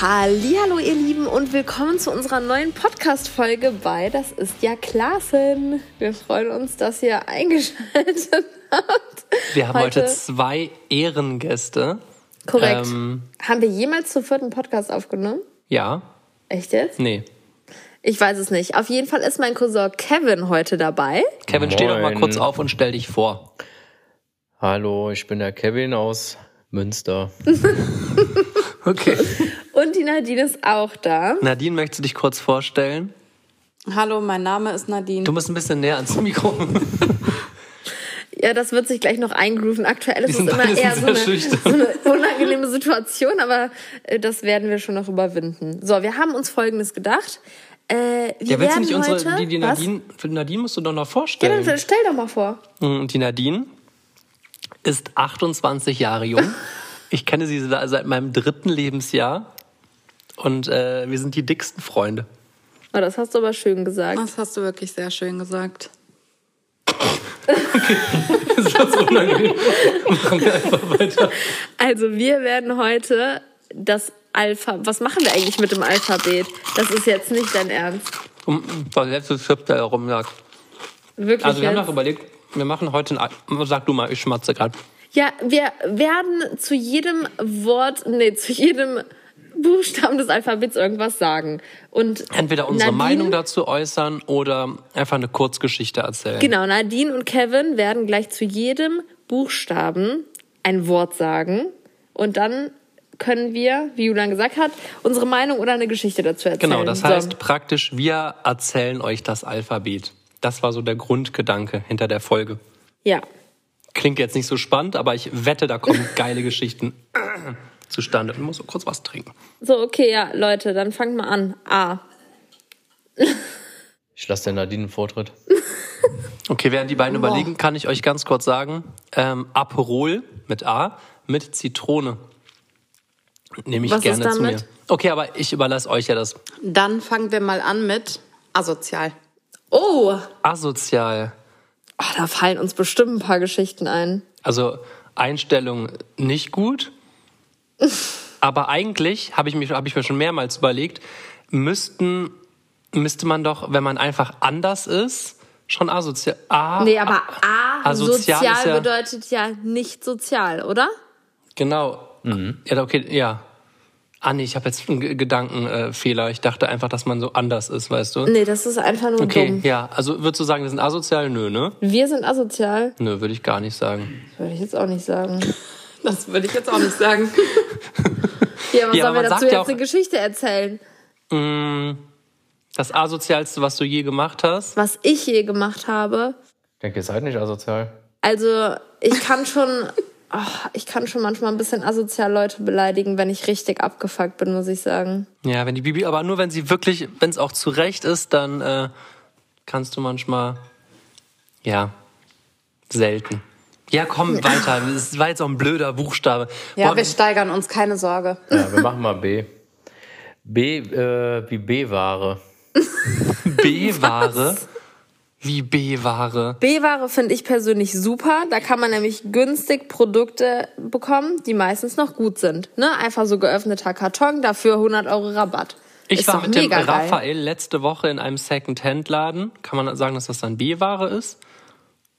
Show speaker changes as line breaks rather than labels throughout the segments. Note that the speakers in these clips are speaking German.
Hallo ihr Lieben und willkommen zu unserer neuen Podcast Folge bei Das ist ja Klassen. Wir freuen uns, dass ihr eingeschaltet habt.
Wir haben heute, zwei Ehrengäste.
Korrekt.
Ähm,
Haben wir jemals zu vierten Podcast aufgenommen?
ja,
Echt jetzt?
nee.
Ich weiß es nicht. Auf jeden Fall ist mein Cousin Kevin heute dabei.
Kevin, steh doch mal
Moin.
kurz auf und stell dich vor.
Hallo, ich bin der Kevin aus Münster.
Okay.
Und die Nadine ist auch da.
Nadine, möchtest du dich kurz vorstellen?
Hallo, mein Name ist Nadine.
Du musst ein bisschen näher ans Mikro.
Ja, das wird sich gleich noch eingrooven. Aktuell ist es
sind
immer
beide
eher
sehr
so eine,
schüchtern.
so eine unangenehme Situation, aber äh, das werden wir schon noch überwinden. So, wir haben uns Folgendes gedacht. Äh, wir
Ja, willst du
werden
nicht unsere,
heute,
die, die
Was? Genau,
Nadine, für Nadine musst du doch noch
Ja, dann
vorstellen.
dann stell doch mal vor.
Und die Nadine ist 28 Jahre jung. Ich kenne sie se- seit meinem dritten Lebensjahr. Und äh, wir sind die dicksten Freunde.
Oh, das hast du aber schön gesagt.
Das hast du wirklich sehr schön gesagt.
Das ist das unangenehm. Machen wir einfach weiter.
Also wir werden heute das Alpha. Was machen wir eigentlich mit dem Alphabet? Das ist jetzt nicht dein Ernst.
Und das letzte Skript da rumlag.
Wirklich.
Also wir haben
jetzt.
noch überlegt, wir machen heute ein... Al- Sag du mal, ich schmatze gerade.
Ja, wir werden zu jedem Wort, nee, zu jedem Buchstaben des Alphabets irgendwas sagen. Und
Entweder unsere
Nadine-
Meinung dazu äußern oder einfach eine Kurzgeschichte erzählen.
Genau, Nadine und Kevin werden gleich zu jedem Buchstaben ein Wort sagen. Und dann können wir, wie Julian gesagt hat, unsere Meinung oder eine Geschichte dazu erzählen.
Genau, das
So.
heißt praktisch, wir erzählen euch das Alphabet. Das war so der Grundgedanke hinter der Folge.
Ja.
Klingt jetzt nicht so spannend, aber ich wette, da kommen geile Geschichten zustande. Ich muss so kurz was trinken.
So, okay, ja, Leute, dann fangt mal an. A.
Ich lasse der Nadine einen Vortritt.
Okay, während die beiden überlegen, kann ich euch ganz kurz sagen, ähm, Aperol mit A, mit Zitrone. Nehme ich
Was ist
gerne zu mir.
damit?
Okay, aber ich überlasse euch ja das
Dann fangen wir mal an mit asozial.
Oh,
asozial.
Ah, da fallen uns bestimmt ein paar Geschichten ein.
Also Einstellung nicht gut. Aber eigentlich habe ich, mich- habe ich mir schon mehrmals überlegt, müssten, müsste man doch, wenn man einfach anders ist, schon asozial. Ah,
Nee, aber A,
Asozial
sozial
ist ja-
bedeutet ja nicht sozial, oder?
Genau. Ja, okay, ja. Ah, nee, ich habe jetzt einen Ge- Gedankenfehler. Ich dachte einfach, dass man so anders ist, weißt du?
Nee, das ist einfach nur
Okay,
dumm.
ja. Also würdest du sagen, wir sind asozial? Nö, ne?
Wir sind asozial.
Nö, würde ich gar nicht sagen.
Das würde ich jetzt auch nicht sagen.
Das würde ich jetzt auch nicht sagen.
Ja, aber sollen
Ja,
wir
aber man
dazu
sagt
jetzt
ja auch-
eine Geschichte erzählen?
Das asozialste, was du je gemacht hast?
Was ich je gemacht habe.
Ich denke, ihr seid nicht asozial.
Also, ich kann schon. Ach, ich kann schon manchmal ein bisschen asozial Leute beleidigen, wenn ich richtig abgefuckt bin, muss ich sagen.
Ja, wenn die Bibi, aber nur wenn sie wirklich, wenn es auch zu Recht ist, dann äh, kannst du manchmal, ja, selten. Ja, komm weiter. Das war jetzt auch ein blöder Buchstabe.
Ja,
Boah,
wir steigern uns, keine Sorge.
Ja, wir machen mal B. B äh, wie B-Ware.
B-Ware. Wie B-Ware.
B-Ware finde ich persönlich super. Da kann man nämlich günstig Produkte bekommen, die meistens noch gut sind. Ne? Einfach so geöffneter Karton, dafür 100 Euro Rabatt.
Ich
Ist
war
doch
mit dem
mega geil.
Raphael letzte Woche in einem Second-Hand-Laden. Kann man sagen, dass das dann B-Ware ist?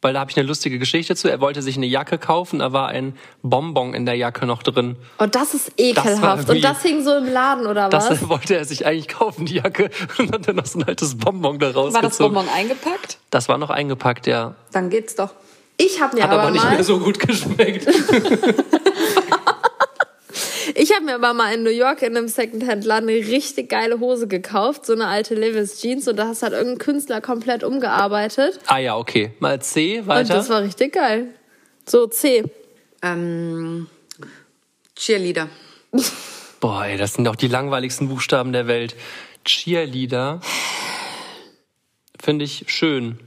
Weil da habe ich eine lustige Geschichte zu. Er wollte sich eine Jacke kaufen, da war ein Bonbon in der Jacke noch drin.
Und das ist ekelhaft.
wie-
Und das hing so im Laden, oder
Das
was?
wollte er sich eigentlich kaufen, die Jacke. Und hat dann noch so ein altes Bonbon da rausgezogen.
War das Bonbon eingepackt?
Das war noch eingepackt, ja.
Dann geht's doch.
Ich habe mir
Hat
aber,
aber nicht
mal,
mehr so gut geschmeckt.
ich habe mir aber mal in New York in einem Secondhand-Laden eine richtig geile Hose gekauft, so eine alte Levi's Jeans und da hast halt irgendein Künstler komplett umgearbeitet
ah ja, okay. Mal C,
und
weiter.
das war richtig geil. So C.
Ähm, Cheerleader.
Boah, ey, das sind doch die langweiligsten Buchstaben der Welt. Cheerleader. Finde ich schön.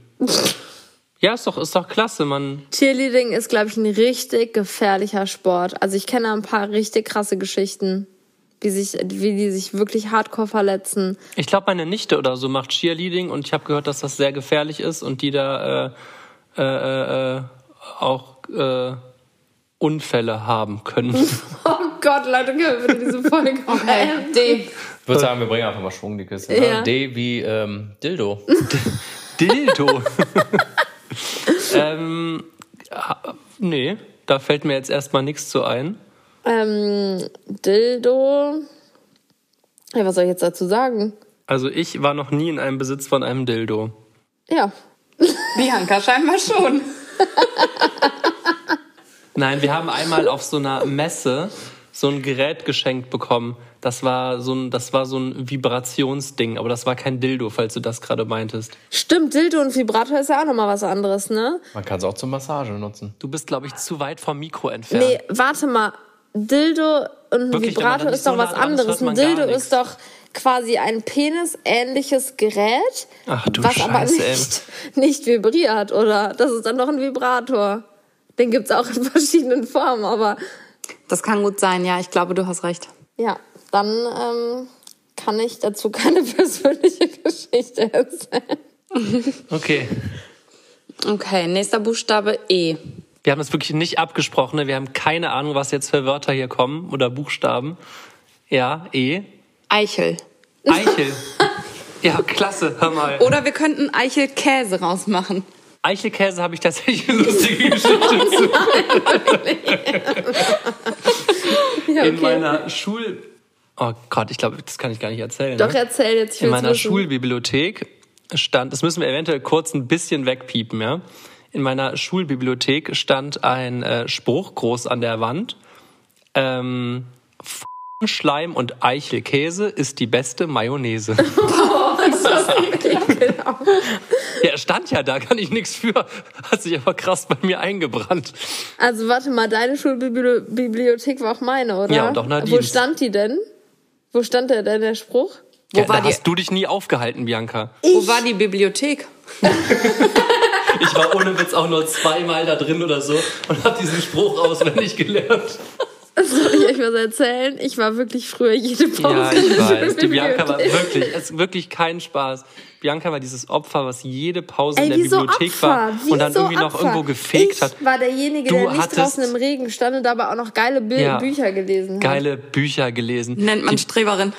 Ja, ist doch, ist doch klasse, man.
Cheerleading ist glaube ich ein richtig gefährlicher Sport. Also ich kenne ein paar richtig krasse Geschichten, wie sich wie die sich wirklich hardcore verletzen.
Ich glaube, meine Nichte oder so macht Cheerleading und ich habe gehört, dass das sehr gefährlich ist und die da äh, äh, äh, äh, auch äh, Unfälle haben können.
Oh Gott, Leute, können wir bitte diese Folge
Äh,
beenden?
D.
Ich würde sagen, wir bringen einfach mal Schwung in die Kiste. Ne?
Ja.
D wie ähm, Dildo.
Dildo. ähm, ah, nee, da fällt mir jetzt erstmal nichts zu ein.
Ähm, Dildo. Ja, was soll ich jetzt dazu sagen?
Also ich war noch nie in einem Besitz von einem Dildo.
Ja.
Bianca scheinbar schon.
Nein, wir haben einmal auf so einer Messe so ein Gerät geschenkt bekommen. Das war so ein, das war so ein Vibrationsding, aber das war kein Dildo, falls du das gerade meintest.
Stimmt, Dildo und Vibrator ist ja auch nochmal was anderes, ne?
Man kann es auch zur Massage nutzen.
Du bist, glaube ich, zu weit vom Mikro entfernt.
Nee, warte mal. Dildo und ein
Wirklich, wenn man da
Vibrator
nicht
ist doch
so nah
was
dran ist,
anderes.
hört
Ein
man gar
Dildo
nichts.
ist doch quasi ein penisähnliches Gerät,
Ach du
was aber
Scheiße, ey.
nicht, nicht vibriert, oder? Das ist dann doch ein Vibrator. Den gibt's auch in verschiedenen Formen, aber
Das kann gut sein, ja. Ich glaube, du hast recht.
ja, dann ähm, kann ich dazu keine persönliche Geschichte erzählen.
Okay.
Okay, nächster Buchstabe E.
Wir haben das wirklich nicht abgesprochen. Ne? Wir haben keine Ahnung, was jetzt für Wörter hier kommen oder Buchstaben. Ja, E.
Eichel.
Eichel. ja, klasse, hör mal.
Oder wir könnten Eichelkäse rausmachen.
Eichelkäse habe ich tatsächlich eine lustige Geschichte zu.
Ja,
In meiner Schul... Oh Gott, ich glaube, das kann ich gar nicht erzählen.
Doch,
ne?
erzähl jetzt. Ich
In
will's
meiner
wissen.
Schulbibliothek stand, das müssen wir eventuell kurz ein bisschen wegpiepen, ja. In meiner Schulbibliothek stand ein äh, Spruch groß an der Wand. Ähm, F- Schleim und Eichelkäse ist die beste Mayonnaise.
genau.
ja, stand ja da, kann ich nichts für. Hat sich aber krass bei mir eingebrannt.
Also warte mal, deine Schulbibliothek war auch meine, oder?
Ja, und auch
Wo
Nadines.
stand die denn? Wo stand der denn, der Spruch?
Wo
ja,
war
da
die?
hast du dich nie aufgehalten, Bianca.
Wo war die Bibliothek?
Ich war ohne Witz auch nur zweimal da drin oder so und habe diesen Spruch auswendig gelernt.
Soll ich euch was erzählen? Ich war wirklich früher jede Pause
Ja,
in
ich
der
weiß. Die Bianca war
Schulbibliothek.
wirklich, es ist wirklich kein Spaß. Bianca war dieses Opfer, was jede Pause
Ey,
in der
wieso
Bibliothek
Opfer?
war
wieso
und dann irgendwie noch
Opfer?
irgendwo gefegt
ich
hat.
war derjenige,
Du
der nicht
hattest-
draußen im Regen stand und dabei auch noch geile Bild
Ja.
Bücher gelesen hat.
Geile Bücher gelesen.
Nennt man
die,
Streberin.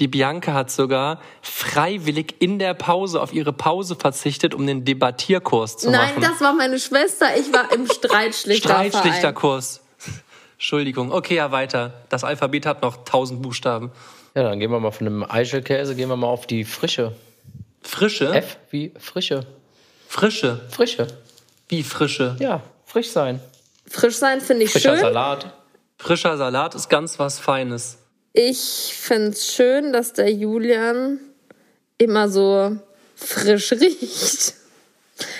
die Bianca hat sogar freiwillig in der Pause auf ihre Pause verzichtet, um den Debattierkurs zu
Nein,
machen.
das war meine Schwester. Ich war im Streitschlichterverein.
Streitschlichterkurs. Entschuldigung. Okay, ja, weiter. Das Alphabet hat noch tausend Buchstaben.
Ja, dann gehen wir mal von dem Eichelkäse, gehen wir mal auf die Frische.
Frische?
F wie Frische.
Frische.
Frische.
Wie frische?
Ja, frisch sein.
Frisch sein finde ich
Frischer
schön.
Salat.
Frischer Salat ist ganz was Feines.
Ich find's schön, dass der Julian immer so frisch riecht.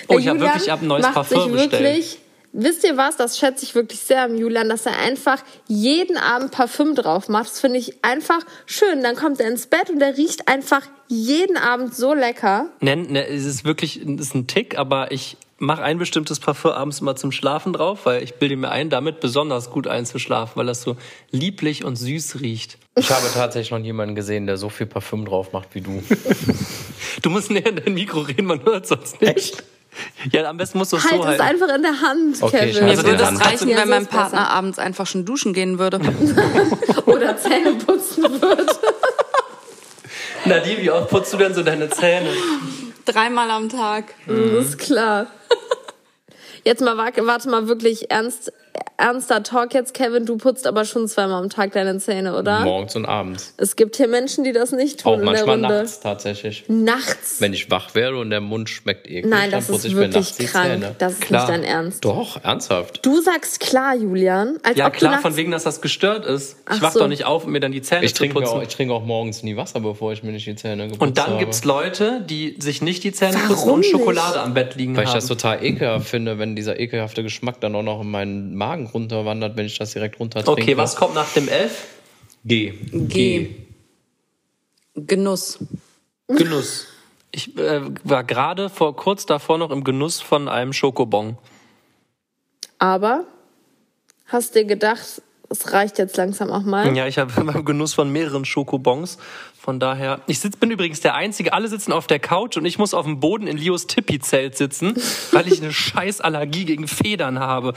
Oh,
Der
ich hab
Julian
wirklich- ich hab ein neues
macht
Parfüm
sich
bestellt.
wirklich- Wisst ihr was? Das schätze ich wirklich sehr am Julian, dass er einfach jeden Abend Parfüm drauf macht. Das finde ich einfach schön. Dann kommt er ins Bett und er riecht einfach jeden Abend so lecker.
Nenn, ne, es ist wirklich es ist ein Tick, aber ich mache ein bestimmtes Parfum abends immer zum Schlafen drauf, weil ich bilde mir ein, damit besonders gut einzuschlafen, weil das so lieblich und süß riecht.
Ich habe tatsächlich noch niemanden gesehen, der so viel Parfüm drauf macht wie du.
Du musst näher in dein Mikro reden, man hört sonst nicht. Ja, am besten musst du es
Halt
so
es
halten.
einfach in der Hand,
Okay, ich
Kevin.
halte Also
Mir
den
würde es
Hand.
reichen,
Ja,
wenn
so
mein
ist besser.
Partner abends einfach schon duschen gehen würde.
Oder Zähne putzen wird.
Nadine, wie oft putzt du denn so deine Zähne?
Dreimal am Tag.
Mhm.
Das ist klar. Jetzt mal, wa- warte mal, wirklich ernst, ernster Talk jetzt, Kevin. Du putzt aber schon zweimal am Tag deine Zähne, oder?
Morgens und abends.
Es gibt hier Menschen, die das nicht tun
Auch
in
manchmal
der Runde.
nachts tatsächlich.
Nachts?
Wenn ich wach werde und der Mund schmeckt eklig,
Nein,
dann
das
putze
ist
ich mir
wirklich
nachts die
krank.
Zähne.
Das ist
Klar.
nicht dein Ernst.
Doch, ernsthaft.
Du sagst klar, Julian. Als
Ja
ob du
klar,
nachts
von wegen, dass das gestört ist. Ich
Ach
wach
so.
doch nicht auf, um mir dann die Zähne
Ich
zu
trinke, mir
putzen.
auch, ich trinke auch morgens nie Wasser, bevor ich mir nicht die Zähne geputzt
Und dann
habe.
gibt's Leute, die sich nicht die Zähne putzen
Warum
und
nicht?
Schokolade am Bett liegen
Weil ich
haben.
das total ekelhaft finde, wenn dieser ekelhafte Geschmack dann auch noch in meinen Magen runterwandert, wenn ich das direkt runter trinke.
okay, was kommt nach dem Elf?
G.
G. Genuss.
Genuss. Ich äh, war gerade vor kurz davor noch im Genuss von einem Schokobon.
Aber hast dir gedacht, es reicht jetzt langsam auch
Hm?
mal.
Ja, ich habe beim Genuss von mehreren Schokobons. Von daher, ich sitz, bin übrigens der Einzige. Alle sitzen auf der Couch und ich muss auf dem Boden in Leos Tippi-Zelt sitzen, weil ich eine scheiß Allergie gegen Federn habe.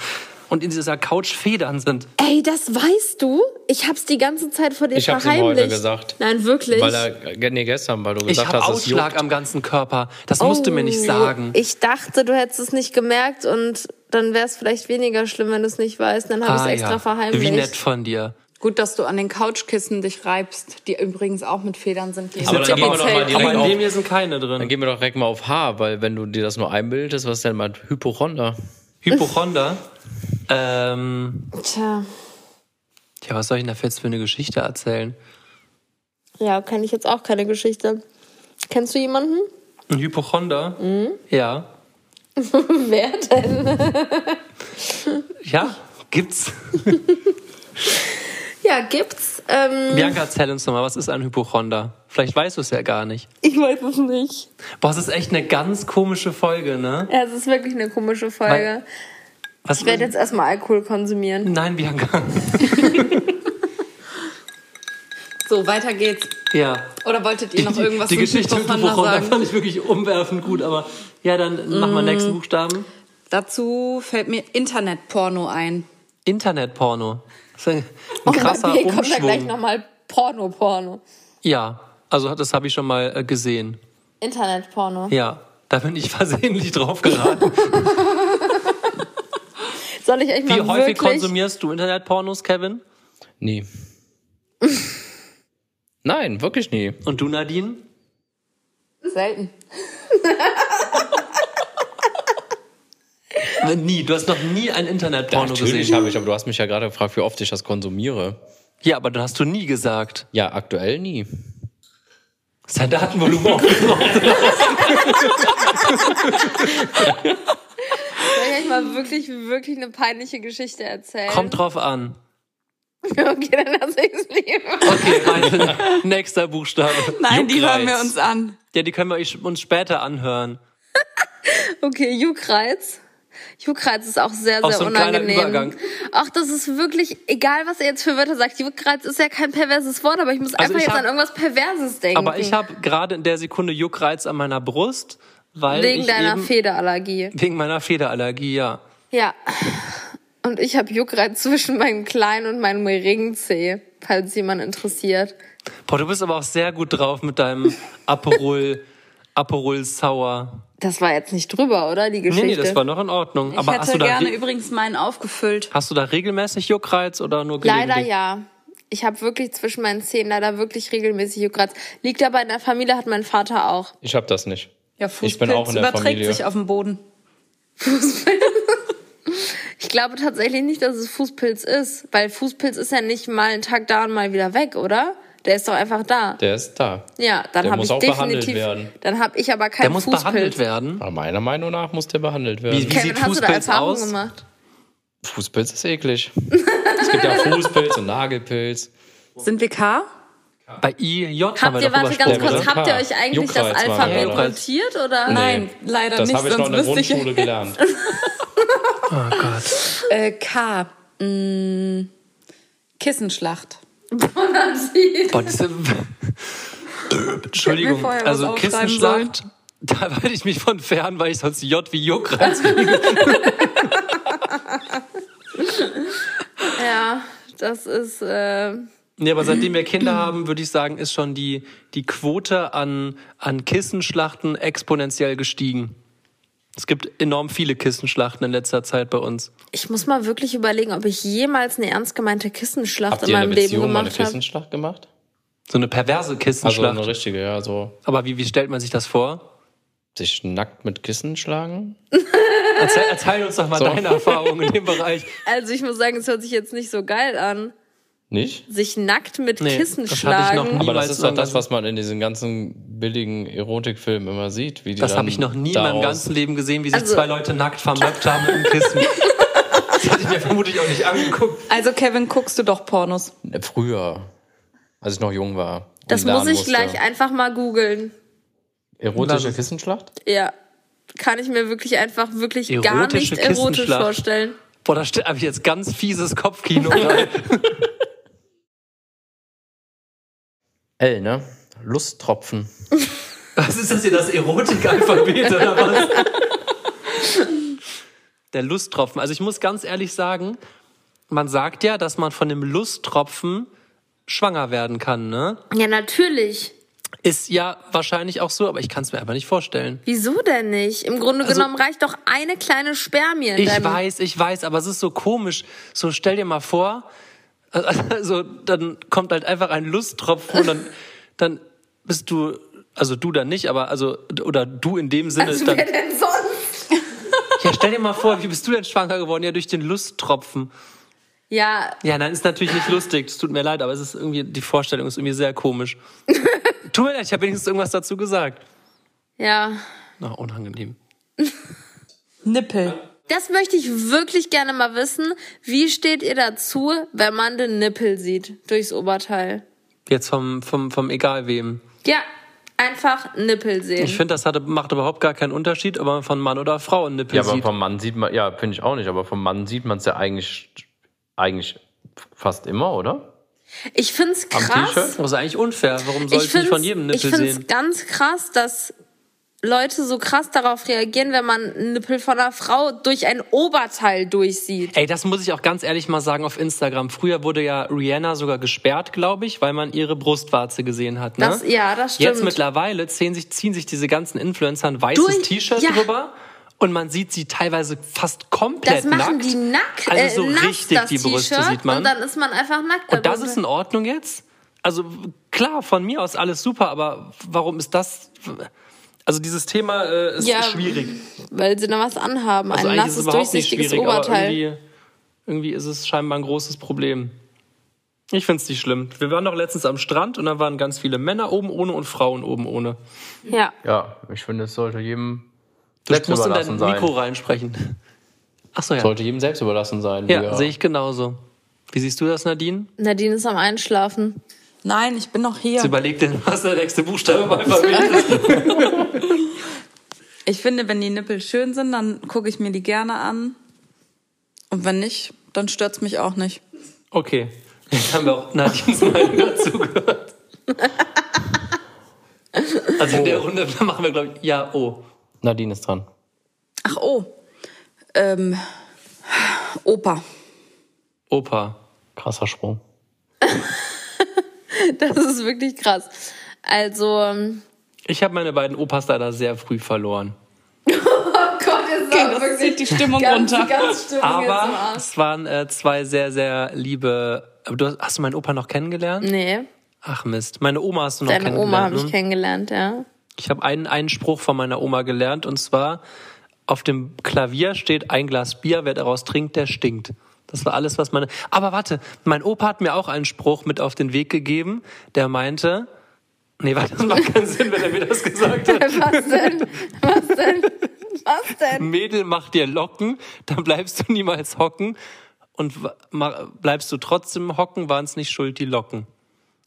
und in dieser Couch Federn sind.
Ey, das weißt du? Ich hab's die ganze Zeit vor dir
Ich hab's ihm
verheimlicht.
heute gesagt.
Nein, wirklich.
Weil er, äh, nee, gestern, weil du
Ich
gesagt
habe
hast, es
Ausschlag
juckt.
am ganzen Körper. Das musst du mir nicht
Oh,
sagen.
Ich dachte, du hättest es nicht gemerkt und dann wäre es vielleicht weniger schlimm, wenn du es nicht weißt. Dann habe ich es extra verheimlicht.
Ah, Wie nett von dir.
Gut, dass du an den Couchkissen dich reibst, die übrigens auch mit Federn sind. Die
Aber dann
sind ja
gehen wir doch mal
gezählt.
direkt
Aber in
auf-
dem hier sind keine
Dann
drin.
gehen wir doch direkt mal auf H, weil wenn du dir das nur einbildest, was ist denn mal Hypochonder?
Hypochonder. ähm,
Tja,
tja, was soll ich denn da jetzt für eine Geschichte erzählen?
ja, kann ich jetzt auch keine Geschichte. Kennst du jemanden?
Ein Hypochonder? Mhm. Ja.
Wer denn?
Ja, gibt's.
Ja, gibt's. Ähm,
Bianca, erzähl uns doch mal, was ist ein Hypochonder? Vielleicht weißt du es ja gar nicht.
Ich weiß es nicht.
Boah, es ist echt eine ganz komische Folge, ne?
Ja, es ist wirklich eine komische Folge.
Weil- Was
Ich werde jetzt erstmal Alkohol konsumieren.
Nein, Bianca.
So, weiter geht's.
Ja.
Oder wolltet ihr noch irgendwas
die, die
zum
Geschichte
Hypochonder
Hypochonder
sagen?
fand ich wirklich umwerfend gut, aber ja, dann mach
Mhm.
mal nächsten Buchstaben.
Dazu fällt mir Internetporno ein.
Internetporno. Das ist ein,
Oh,
ein krasser
bei mir Oh kommt da gleich
Umschwung.
nochmal Porno-Porno.
Ja, also das habe ich schon mal äh, gesehen.
Internet-Porno.
Ja, da bin ich versehentlich drauf geraten.
Soll ich euch
Wie
mal
häufig
wirklich...
konsumierst du Internetpornos, Kevin?
Nie. Nein, wirklich nie.
Und du, Nadine?
Selten.
Äh, Nie. Du hast noch nie ein Internetporno
Natürlich
gesehen.
habe ich, aber du hast mich ja gerade gefragt, wie oft ich das konsumiere.
Ja, aber dann hast du nie gesagt.
Ja, aktuell nie.
Ist dein Datenvolumen aufgebraucht?
Soll ich euch mal wirklich, wirklich eine peinliche Geschichte erzählen?
Kommt drauf an.
Okay, dann lass ich es lieber.
Okay, weiter. Nächster Buchstabe.
Nein, die hören wir
Juckreiz.
uns an.
Ja, die können wir euch- uns später anhören.
Okay, Juckreiz. Juckreiz ist auch sehr, sehr
Auch so ein kleiner
unangenehm.
Übergang.
Auch das ist wirklich, egal was ihr jetzt für Wörter sagt, Juckreiz ist ja kein perverses Wort, aber ich muss
Also
einfach
ich
jetzt
hab-
an irgendwas Perverses denken.
Aber ich habe gerade in der Sekunde Juckreiz an meiner Brust, weil
Wegen
ich
deiner
halt eben,
Federallergie.
wegen meiner Federallergie, ja.
Ja. Und ich habe Juckreiz zwischen meinem kleinen und meinem Ringzeh, falls jemand interessiert.
Boah, du bist aber auch sehr gut drauf mit deinem Aperol, Aperol Sour.
Das war jetzt nicht drüber, oder? Die
Nee,
Geschichte.
nee, das war noch in Ordnung.
Ich
aber hast
hätte
du, da
gerne
re-
übrigens meinen aufgefüllt.
hast du da regelmäßig Juckreiz oder nur gelegentlich?
Leider ja. Ich habe wirklich zwischen meinen Zähnen leider wirklich regelmäßig Juckreiz. Liegt aber in der Familie, hat mein Vater auch.
Ich habe das nicht.
Ja,
ich bin auch in der
überträgt
Familie.
sich auf den Boden.
Ich glaube tatsächlich nicht, dass es Fußpilz ist, weil Fußpilz ist ja nicht mal einen Tag da und mal wieder weg, oder? Der ist doch einfach da.
Der ist da.
ja, dann
der
habe
muss
ich
auch behandelt
definitiv.
werden.
Dann habe ich aber
Der
keinen
muss
Fußpilz.
behandelt werden.
Aber meiner Meinung nach muss der behandelt werden.
Wie
Kevin,
sieht
hast du da
Fußpilz
Erfahrungen
aus?
gemacht?
Fußpilz ist eklig. es gibt ja Fußpilz und Nagelpilz.
Sind wir K?
Bei IJ haben
Habt
wir
ihr,
darüber
warte ganz
gesprochen,
kurz,
oder?
oder?
habt ihr
Ja,
euch eigentlich
Juckreiz
das
waren wir
Alphabet
gerade.
notiert, oder?
Nein, leider
das
nicht.
habe ich noch in der
sonst wüsste
Grundschule gelernt.
Oh Gott.
ich. Äh, K. Mm, Kissenschlacht.
Boah, diese
Ich hätte mir
Entschuldigung,
vorher was
also
aufschreiben
Kissenschlacht, da halte ich mich von fern, weil ich sonst J wie Juckreiz kriege.
Ja, das ist. Äh,
Nee, aber seitdem wir Kinder haben, würde ich sagen, ist schon die, die Quote an, an Kissenschlachten exponentiell gestiegen. Es gibt enorm viele Kissenschlachten in letzter Zeit bei uns.
ich muss mal wirklich überlegen, ob ich jemals eine ernst gemeinte Kissenschlacht
Habt
in
ihr in
meinem
der
Leben
Beziehung mal eine
gemacht habe.
Kissenschlacht gemacht?
So eine perverse
Also
Kissenschlacht.
eine richtige, ja, so.
aber wie, wie stellt man sich das vor?
Sich nackt mit Kissen schlagen?
Erzähl, erzähl uns doch mal
So.
deine Erfahrungen in dem Bereich.
Also ich muss sagen, es hört sich jetzt nicht so geil an.
Nicht?
Sich nackt mit
Nee,
Kissen
das hatte ich
schlagen.
noch nie.
Aber
Niemals
das ist doch
irgendwas-
das, was man in diesen ganzen billigen Erotikfilmen immer sieht. Wie die
Das
dann
habe ich noch nie in meinem
daraus-
ganzen Leben gesehen, wie sich
Also-
zwei Leute nackt vermöppt haben mit einem Kissen. Das hatte ich mir vermutlich auch nicht angeguckt.
Also Kevin, guckst du doch Pornos?
Äh, Früher, als ich noch jung war. und
Das
lernen
muss ich
musste.
gleich einfach mal googeln.
Erotische
Lass-
Kissenschlacht?
Ja. Kann ich mir wirklich einfach wirklich gar nicht
Erotische
erotisch
Kissenschlacht.
vorstellen.
Boah, da habe ich jetzt ganz fieses Kopfkino. gerade.
L, ne? Lusttropfen.
was ist das hier, das Erotikalphabet oder was? Der Lusttropfen. Also ich muss ganz ehrlich sagen, man sagt ja, dass man von dem Lusttropfen schwanger werden kann, ne?
Ja, natürlich.
Ist ja wahrscheinlich auch so, aber ich kann es mir einfach nicht vorstellen.
Wieso denn nicht? Im Grunde genommen reicht doch eine kleine Spermie in
Also Ich
deinem
weiß, ich weiß, aber es ist so komisch. So stell dir mal vor, also dann kommt halt einfach ein Lusttropfen und dann, dann bist du, also du dann nicht, aber also oder du in dem Sinne
Also
dann.
wer denn sonst?
Ja, stell dir mal vor, wie bist du denn schwanger geworden? Ja, durch den Lusttropfen.
Ja,
Ja, nein, ist natürlich nicht lustig. Es tut mir leid, aber es ist irgendwie die Vorstellung ist irgendwie sehr komisch. Tut mir leid, ich habe wenigstens irgendwas dazu gesagt.
ja.
Na, unangenehm.
Nippel.
Das möchte ich wirklich gerne mal wissen. Wie steht ihr dazu, wenn man den Nippel sieht durchs Oberteil?
Jetzt vom vom vom egal wem.
Ja, einfach Nippel sehen.
Ich finde, das hatte, macht überhaupt gar keinen Unterschied, ob man von Mann oder Frau einen Nippel
Ja, aber
sieht.
vom Mann sieht man, ja, finde ich auch nicht, aber vom Mann sieht man es ja eigentlich, eigentlich fast immer, oder?
Ich find's
Am
krass.
Das
T-Shirt?
ist eigentlich unfair. Warum soll
Ich
ich nicht
find's,
von jedem
ich
Nippel
find's
sehen?
ganz krass, dass Leute so krass darauf reagieren, wenn man einen Nippel von einer Frau durch ein Oberteil durchsieht.
Ey, das muss ich auch ganz ehrlich mal sagen auf Instagram. Früher wurde ja Rihanna sogar gesperrt, glaube ich, weil man ihre Brustwarze gesehen hat. Ne?
Das- ja, das
Jetzt
stimmt.
mittlerweile ziehen sich, ziehen sich diese ganzen Influencer ein weißes
Durch-
T-Shirt
ja.
drüber und man sieht sie teilweise fast komplett
Das machen
nackt.
die nackt, äh,
Also so
nass,
richtig
das
die Brüste
T-Shirt,
sieht man.
Und dann ist man einfach nackt.
Und das
dabei.
ist in Ordnung jetzt? Also klar, von mir aus alles super, aber warum ist das? Also dieses Thema äh, ist
Ja,
schwierig.
weil sie dann was anhaben.
Also
ein
eigentlich ist
nasses,
es überhaupt nicht
durchsichtiges
schwierig, aber
Oberteil.
irgendwie, irgendwie ist es scheinbar ein großes Problem. Ich find's nicht schlimm. Wir waren doch letztens am Strand und da waren ganz viele Männer oben ohne und Frauen oben ohne.
Ja.
Ja, ich finde, es sollte jedem
Du
selbst
musst in
überlassen
dein
sein.
Mikro reinsprechen. Achso, ja.
Sollte jedem selbst überlassen sein.
ja,
ja.
sehe ich genauso. Wie siehst du das, Nadine?
Nadine ist am Einschlafen.
Nein, ich bin noch
Jetzt
hier.
überleg dir, was der nächste Buchstabe beim Alphabet ist.
Ich finde, wenn die Nippel schön sind, dann gucke ich mir die gerne an. Und wenn nicht, dann stört's mich auch nicht.
Okay. Jetzt haben wir auch Nadines Meinung dazu gehört. Also in der Runde machen wir, glaube ich, ja, oh.
Nadine ist dran.
Ach oh. Ähm, Opa.
Opa.
Krasser Sprung.
Das ist wirklich krass. Also, ähm,
Ich habe meine beiden Opas leider sehr früh verloren.
oh Gott, jetzt okay,
Das zieht die Stimmung runter.
ganz Stimmung jetzt im
Aber
Arsch.
es waren äh, zwei sehr, sehr liebe. Aber du hast, hast du meinen Opa noch kennengelernt?
Nee,
Ach Mist, meine Oma hast du noch
Mhm. deine
kennengelernt.
Oma habe ich
ne?
kennengelernt, ja.
Ich habe einen, einen Spruch von meiner Oma gelernt und zwar: Auf dem Klavier steht ein Glas Bier, wer daraus trinkt, der stinkt. Das war alles, was meine. Aber warte, mein Opa hat mir auch einen Spruch mit auf den Weg gegeben, der meinte. Nee, warte, das macht keinen Sinn, wenn er mir das gesagt hat.
Was denn? Was denn? Was denn?
Mädel, mach dir Locken, dann bleibst du niemals hocken. Und wa- ma- bleibst du trotzdem hocken, waren es nicht schuld, die Locken.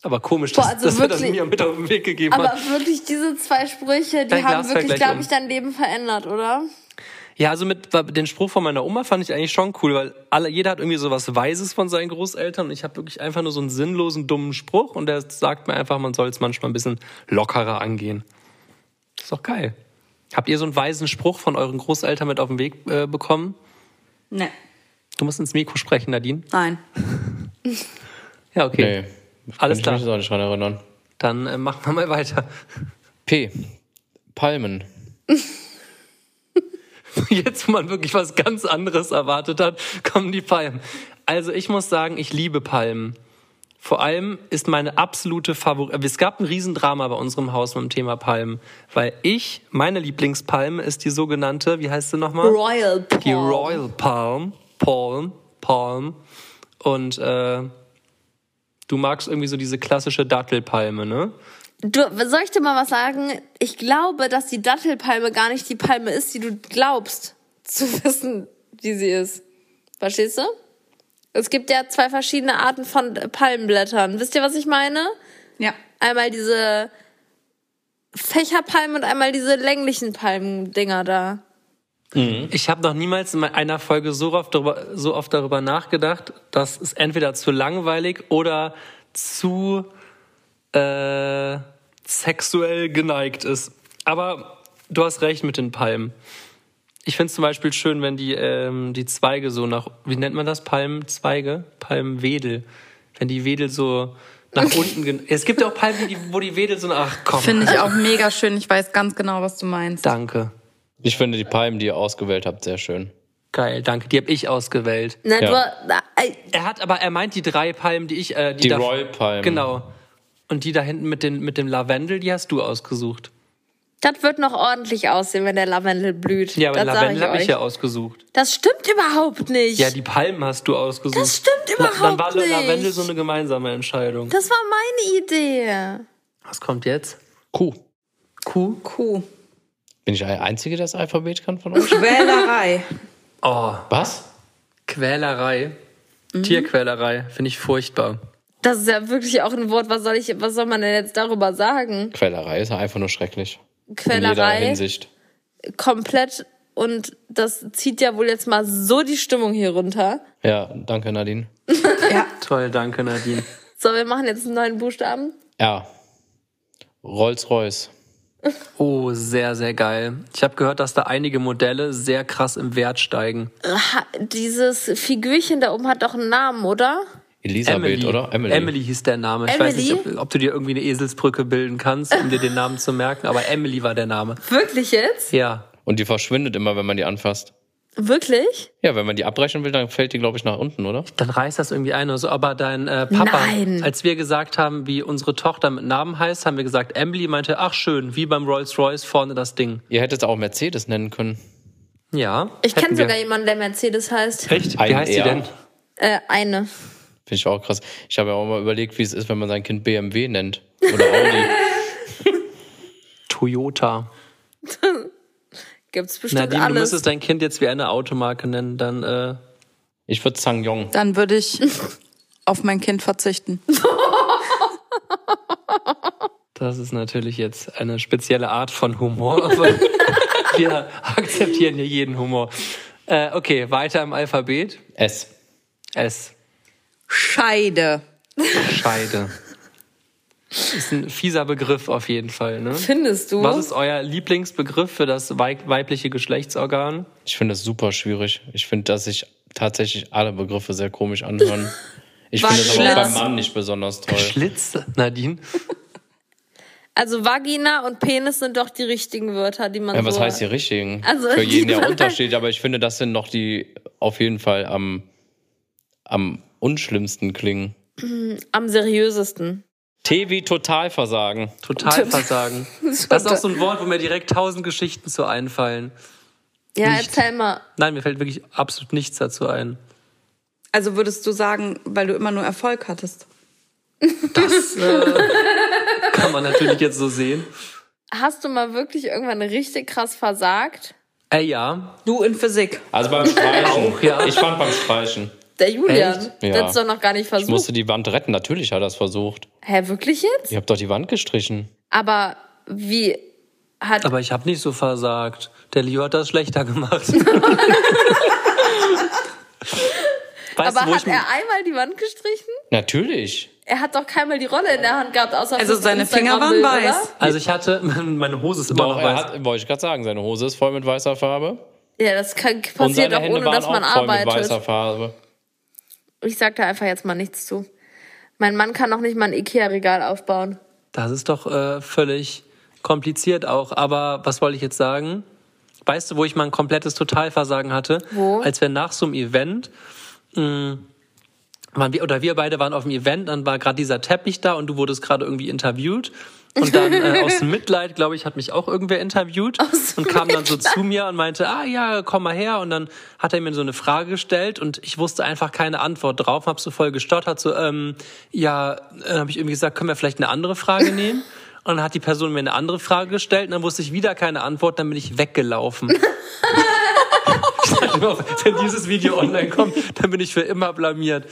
Aber komisch,
Boah, also
dass, dass er das
wirklich-
mir mit auf den Weg gegeben
Aber
hat.
wirklich, diese zwei Sprüche, die
Dein
haben
Glas fällt
wirklich,
gleich
glaube
um.
ich, dein Leben verändert, oder?
Ja, also mit wa- den Spruch von meiner Oma fand ich eigentlich schon cool, weil alle, jeder hat irgendwie so was Weises von seinen Großeltern und ich habe wirklich einfach nur so einen sinnlosen, dummen Spruch und der sagt mir einfach, man soll es manchmal ein bisschen lockerer angehen. Ist doch geil. Habt ihr so einen weisen Spruch von euren Großeltern mit auf den Weg äh, bekommen?
Nee.
Du musst ins Mikro sprechen, Nadine.
Nein.
Ja, okay.
Nee.
Alles
kann
klar.
Ich mich auch nicht dran erinnern.
Dann äh, machen wir mal weiter.
P. Palmen.
Jetzt, wo man wirklich was ganz anderes erwartet hat, kommen die Palmen. Also ich muss sagen, ich liebe Palmen. Vor allem ist meine absolute Favorit. Es gab ein Riesendrama bei unserem Haus mit dem Thema Palmen, weil ich, meine Lieblingspalme ist die sogenannte, wie heißt sie nochmal?
Royal Palm.
Die Royal Palm. Palm. Palm. Und äh, du magst irgendwie so diese klassische Dattelpalme, ne?
Du, soll ich dir mal was sagen? Ich glaube, dass die Dattelpalme gar nicht die Palme ist, die du glaubst zu wissen, wie sie ist. Verstehst du? Es gibt ja zwei verschiedene Arten von äh, Palmenblättern. Wisst ihr, was ich meine?
Ja.
Einmal diese Fächerpalmen und einmal diese länglichen Palmendinger da.
Ich habe noch niemals in einer Folge so oft, darüber, so oft darüber nachgedacht, dass es entweder zu langweilig oder zu äh, sexuell geneigt ist. Aber du hast recht mit den Palmen. Ich finde es zum Beispiel schön, wenn die, ähm, die Zweige so nach, wie nennt man das? Palmzweige? Palmwedel. Wenn die Wedel so nach unten. gen- Es gibt ja auch Palmen, die, wo die Wedel so nach. Ach komm,
Finde ich auch mega schön. Ich weiß ganz genau, was du meinst.
danke.
Ich finde die Palmen, die ihr ausgewählt habt, sehr schön.
Geil, danke. Die habe ich ausgewählt.
Nein,
Ja.
du, äh, na, ey,
Er hat aber, er meint die drei Palmen, die ich. Äh,
Die
da-
Royal-Palmen.
Genau. Und die da hinten mit, den, mit dem Lavendel, die hast du ausgesucht.
das wird noch ordentlich aussehen, wenn der Lavendel blüht.
Ja, aber
das
den Lavendel
sag
habe
ich
ich
euch.
ja ausgesucht.
Das stimmt überhaupt nicht.
Ja, die Palmen hast du ausgesucht.
Das stimmt überhaupt
Dann war
nicht.
Lavendel so eine gemeinsame Entscheidung.
das war meine Idee.
Was kommt jetzt?
Kuh.
Kuh?
Kuh.
Bin ich der Einzige, der das Alphabet kann von euch?
Wählerei.
Oh,
Was?
Quälerei.
Mhm.
Tierquälerei. Finde ich furchtbar.
Das ist ja wirklich auch ein Wort. Was soll ich, was soll man denn jetzt darüber sagen?
Quellerei ist ja einfach nur schrecklich. In jeder
Quellerei
Hinsicht.
komplett und das zieht ja wohl jetzt mal so die Stimmung hier runter.
Ja, danke Nadine.
Toll, danke Nadine.
So, wir machen jetzt einen neuen Buchstaben.
Ja. Rolls-Royce.
Oh, sehr, sehr geil. Ich habe gehört, dass da einige Modelle sehr krass im Wert steigen.
Ha, dieses Figürchen da oben hat doch einen Namen, oder?
Elisabeth, oder?
Emily. Emily hieß der Name. Ich weiß nicht,
Emily?
ob, ob du dir irgendwie eine Eselsbrücke bilden kannst, um dir den Namen zu merken, aber Emily war der Name.
Wirklich jetzt?
Ja.
Und die verschwindet immer, wenn man die anfasst.
Wirklich?
Ja, wenn man die abbrechen will, dann fällt die, glaube ich, nach unten, oder?
Dann reißt das irgendwie ein oder so. Aber dein äh, Papa,
Nein.
als wir gesagt haben, wie unsere Tochter mit Namen heißt, haben wir gesagt, Emily meinte, ach schön, wie beim Rolls-Royce vorne das Ding.
Ihr hättet auch Mercedes nennen können.
Ja.
Ich kenne
hätten wir.
sogar jemanden, der Mercedes heißt.
Echt? Wie
Ein
heißt sie
R.
denn?
Äh, eine.
Finde ich auch krass. Ich habe ja auch mal überlegt, wie es ist, wenn man sein Kind BMW nennt. Oder Audi.
Toyota.
Gibt's bestimmt
Nadine, du
alles.
müsstest dein Kind jetzt wie eine Automarke nennen, dann äh,
Ich würde Sangyong.
Dann würde ich auf mein Kind verzichten.
das ist natürlich jetzt eine spezielle Art von Humor, aber wir akzeptieren hier jeden Humor. Äh, okay, weiter im Alphabet.
S.
S.
Scheide.
Scheide. Ist ein fieser Begriff auf jeden Fall, ne?
Findest du?
Was ist euer Lieblingsbegriff für das wei- weibliche Geschlechtsorgan?
Ich finde das super schwierig. Ich finde, dass sich tatsächlich alle Begriffe sehr komisch anhören. Ich finde das aber auch beim
Waschlitz.
Mann nicht besonders toll.
Schlitz, Nadine.
also Vagina und Penis sind doch die richtigen Wörter, die man
Ja, was
so...
heißt die richtigen?
Also,
Für jeden
die
ja
man-
unterschiedlich, aber ich finde, das sind noch die auf jeden Fall am, am unschlimmsten klingen.
Am seriösesten.
T wie Totalversagen.
Total versagen. Das ist auch so ein Wort, wo mir direkt tausend Geschichten zu einfallen.
Ja,
Nicht.
erzähl mal.
Nein, mir fällt wirklich absolut nichts dazu ein.
Also würdest du sagen, weil du immer nur Erfolg hattest.
Das äh, kann man natürlich jetzt so sehen.
Hast du mal wirklich irgendwann richtig krass versagt?
Äh, ja.
Du in Physik.
Also beim Streichen.
Auch, ja.
Ich fand beim Streichen.
Der Julian.
Echt?
Der
Ja.
hat's doch noch gar nicht
Ich
versucht.
musste die Wand retten. Natürlich hat er es versucht.
Hä, wirklich jetzt?
Ich habe doch die Wand gestrichen.
Aber wie hat.
Aber ich habe nicht so versagt. Der Leo hat das schlechter gemacht. weißt
aber
du, wo
hat
ich
er einmal die Wand gestrichen?
Natürlich.
Er hat doch keinmal die Rolle in der Hand gehabt, außer
Also
fürs
seine Finger waren
Instagram-Bild,
weiß.
oder?
also ich hatte meine Hose ist immer
Doch,
noch
er
weiß.
hat, wollte ich gerade sagen, seine Hose ist voll mit weißer Farbe.
Ja, das kann,
Und
passiert
seine
auch
Hände
ohne,
waren
dass man
auch voll mit weißer
arbeitet.
Farbe.
Ich sag da einfach jetzt mal nichts zu. Mein Mann kann noch nicht mal ein Ikea-Regal aufbauen.
Das ist doch äh, völlig kompliziert auch. Aber was wollte ich jetzt sagen? Weißt du, wo ich mal ein komplettes Totalversagen hatte?
Wo?
Als wir nach so einem Event, mh, waren wir, oder wir beide waren auf dem Event, dann war gerade dieser Teppich da und du wurdest gerade irgendwie interviewt. Und dann äh, aus Mitleid, glaube ich, hat mich auch irgendwer interviewt und kam dann so zu mir und meinte, ah ja, komm mal her. Und dann hat er mir so eine Frage gestellt und ich wusste einfach keine Antwort drauf, hab so voll gestottert, so, ähm, ja, dann habe ich irgendwie gesagt, können wir vielleicht eine andere Frage nehmen? Und dann hat die Person mir eine andere Frage gestellt und dann wusste ich wieder keine Antwort, dann bin ich weggelaufen. Ich dachte mir, Wenn dieses Video online kommt, dann bin ich für immer blamiert.